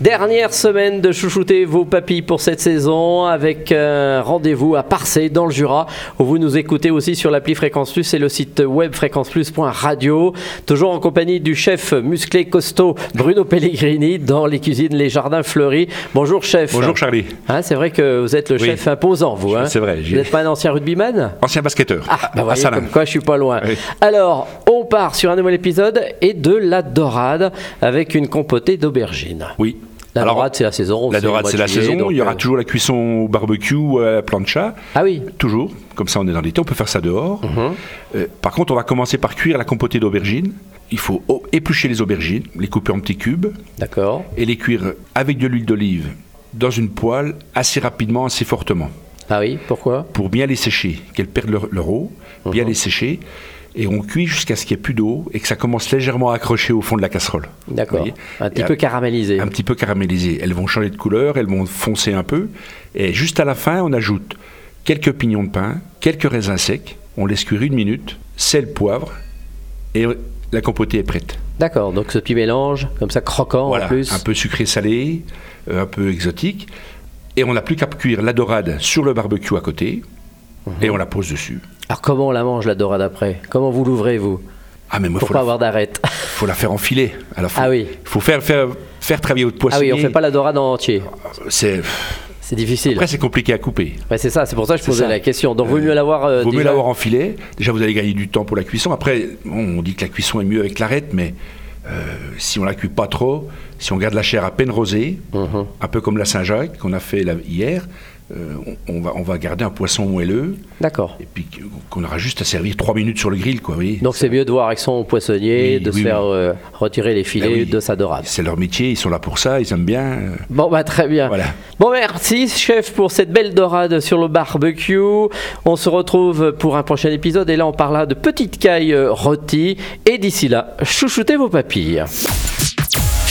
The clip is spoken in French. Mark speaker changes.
Speaker 1: Dernière semaine de chouchouter vos papilles pour cette saison avec un rendez-vous à Parcé dans le Jura où vous nous écoutez aussi sur l'appli Fréquence Plus et le site web fréquenceplus.radio. Toujours en compagnie du chef musclé costaud Bruno Pellegrini dans les cuisines Les Jardins Fleuris. Bonjour chef.
Speaker 2: Bonjour Charlie.
Speaker 1: Hein, c'est vrai que vous êtes le
Speaker 2: Oui.
Speaker 1: chef imposant vous. hein.
Speaker 2: C'est vrai,
Speaker 1: Vous
Speaker 2: j'ai-
Speaker 1: n'êtes pas un ancien rugbyman
Speaker 2: Ancien basketteur.
Speaker 1: Ah, bah
Speaker 2: à
Speaker 1: voyez,
Speaker 2: Salins.
Speaker 1: comme quoi je suis pas loin.
Speaker 2: Oui.
Speaker 1: Alors, on part sur un nouvel épisode et de la dorade avec une compotée d'aubergines.
Speaker 2: Oui.
Speaker 1: La
Speaker 2: Alors,
Speaker 1: dorade, c'est la saison.
Speaker 2: la
Speaker 1: le
Speaker 2: dorade,
Speaker 1: mois
Speaker 2: c'est
Speaker 1: de
Speaker 2: la
Speaker 1: juillet,
Speaker 2: saison.
Speaker 1: donc,
Speaker 2: Il y aura
Speaker 1: euh,
Speaker 2: toujours la cuisson au barbecue, euh, à la plancha.
Speaker 1: Ah oui.
Speaker 2: Toujours. Comme ça, on est dans l'été, on peut faire ça dehors.
Speaker 1: Mhm.
Speaker 2: Euh, par contre, on va commencer par cuire la compotée d'aubergines. Il faut au- éplucher les aubergines, les couper en petits cubes
Speaker 1: D'accord.
Speaker 2: et les cuire avec de l'huile d'olive dans une poêle assez rapidement, assez fortement,
Speaker 1: Ah oui, pourquoi
Speaker 2: pour bien les sécher, qu'elles perdent leur, leur eau,
Speaker 1: Mhm.
Speaker 2: bien les sécher. Et on cuit jusqu'à ce qu'il n'y ait plus d'eau et que ça commence légèrement à accrocher au fond de la casserole. Vous
Speaker 1: D'accord.
Speaker 2: voyez
Speaker 1: Un petit
Speaker 2: Et
Speaker 1: peu
Speaker 2: à-
Speaker 1: caramélisé.
Speaker 2: un petit peu caramélisées. Elles vont changer de couleur, elles vont foncer un peu. Et juste à la fin, on ajoute quelques pignons de pain, quelques raisins secs. On laisse cuire une minute, sel, poivre, et la compotée est prête.
Speaker 1: D'accord. Donc ce petit mélange, comme ça croquant en
Speaker 2: Voilà,
Speaker 1: plus.
Speaker 2: un peu sucré-salé, euh, un peu exotique. Et on n'a plus qu'à cuire la dorade sur le barbecue à côté,
Speaker 1: Mhm.
Speaker 2: et on la pose dessus.
Speaker 1: Alors comment on la mange la dorade après Comment vous l'ouvrez vous
Speaker 2: Ah mais moi,
Speaker 1: Pour
Speaker 2: faut
Speaker 1: pas
Speaker 2: la,
Speaker 1: avoir d'arrête.
Speaker 2: faut la faire enfiler à la fin.
Speaker 1: Ah oui.
Speaker 2: Faut faire faire faire travailler votre
Speaker 1: Ah
Speaker 2: poisson.
Speaker 1: oui, on fait pas la dorade en entier.
Speaker 2: C'est
Speaker 1: C'est difficile.
Speaker 2: après c'est compliqué à couper.
Speaker 1: Ouais, c'est ça. C'est pour ça que je posais
Speaker 2: ça.
Speaker 1: la question. Donc vaut mieux l'avoir. euh,
Speaker 2: Vaut mieux
Speaker 1: déjà-
Speaker 2: l'avoir en filet. Déjà, vous allez gagner du temps pour la cuisson. Après, bon, on dit que la cuisson est mieux avec l'arête, mais euh, si on la cuit pas trop, si on garde la chair à peine rosée,
Speaker 1: Mhm.
Speaker 2: un peu comme la Saint-Jacques qu'on a fait la- hier, euh, on, on va, on va garder un poisson moelleux
Speaker 1: D'accord.
Speaker 2: et puis que- qu'on aura juste à servir trois minutes sur le grill, quoi. Oui.
Speaker 1: Donc c'est mieux de voir avec son poissonnier,
Speaker 2: Oui,
Speaker 1: de se
Speaker 2: oui,
Speaker 1: faire euh, retirer les filets
Speaker 2: Ben oui.
Speaker 1: de sa dorade.
Speaker 2: C'est leur métier, ils sont là pour ça, ils aiment bien. euh,
Speaker 1: Bon, bah très bien.
Speaker 2: Voilà.
Speaker 1: Bon, merci, chef, pour cette belle dorade sur le barbecue. On se retrouve pour un prochain épisode et là, on parlera de petites cailles euh, rôties. Et d'ici là, chouchoutez vos papilles.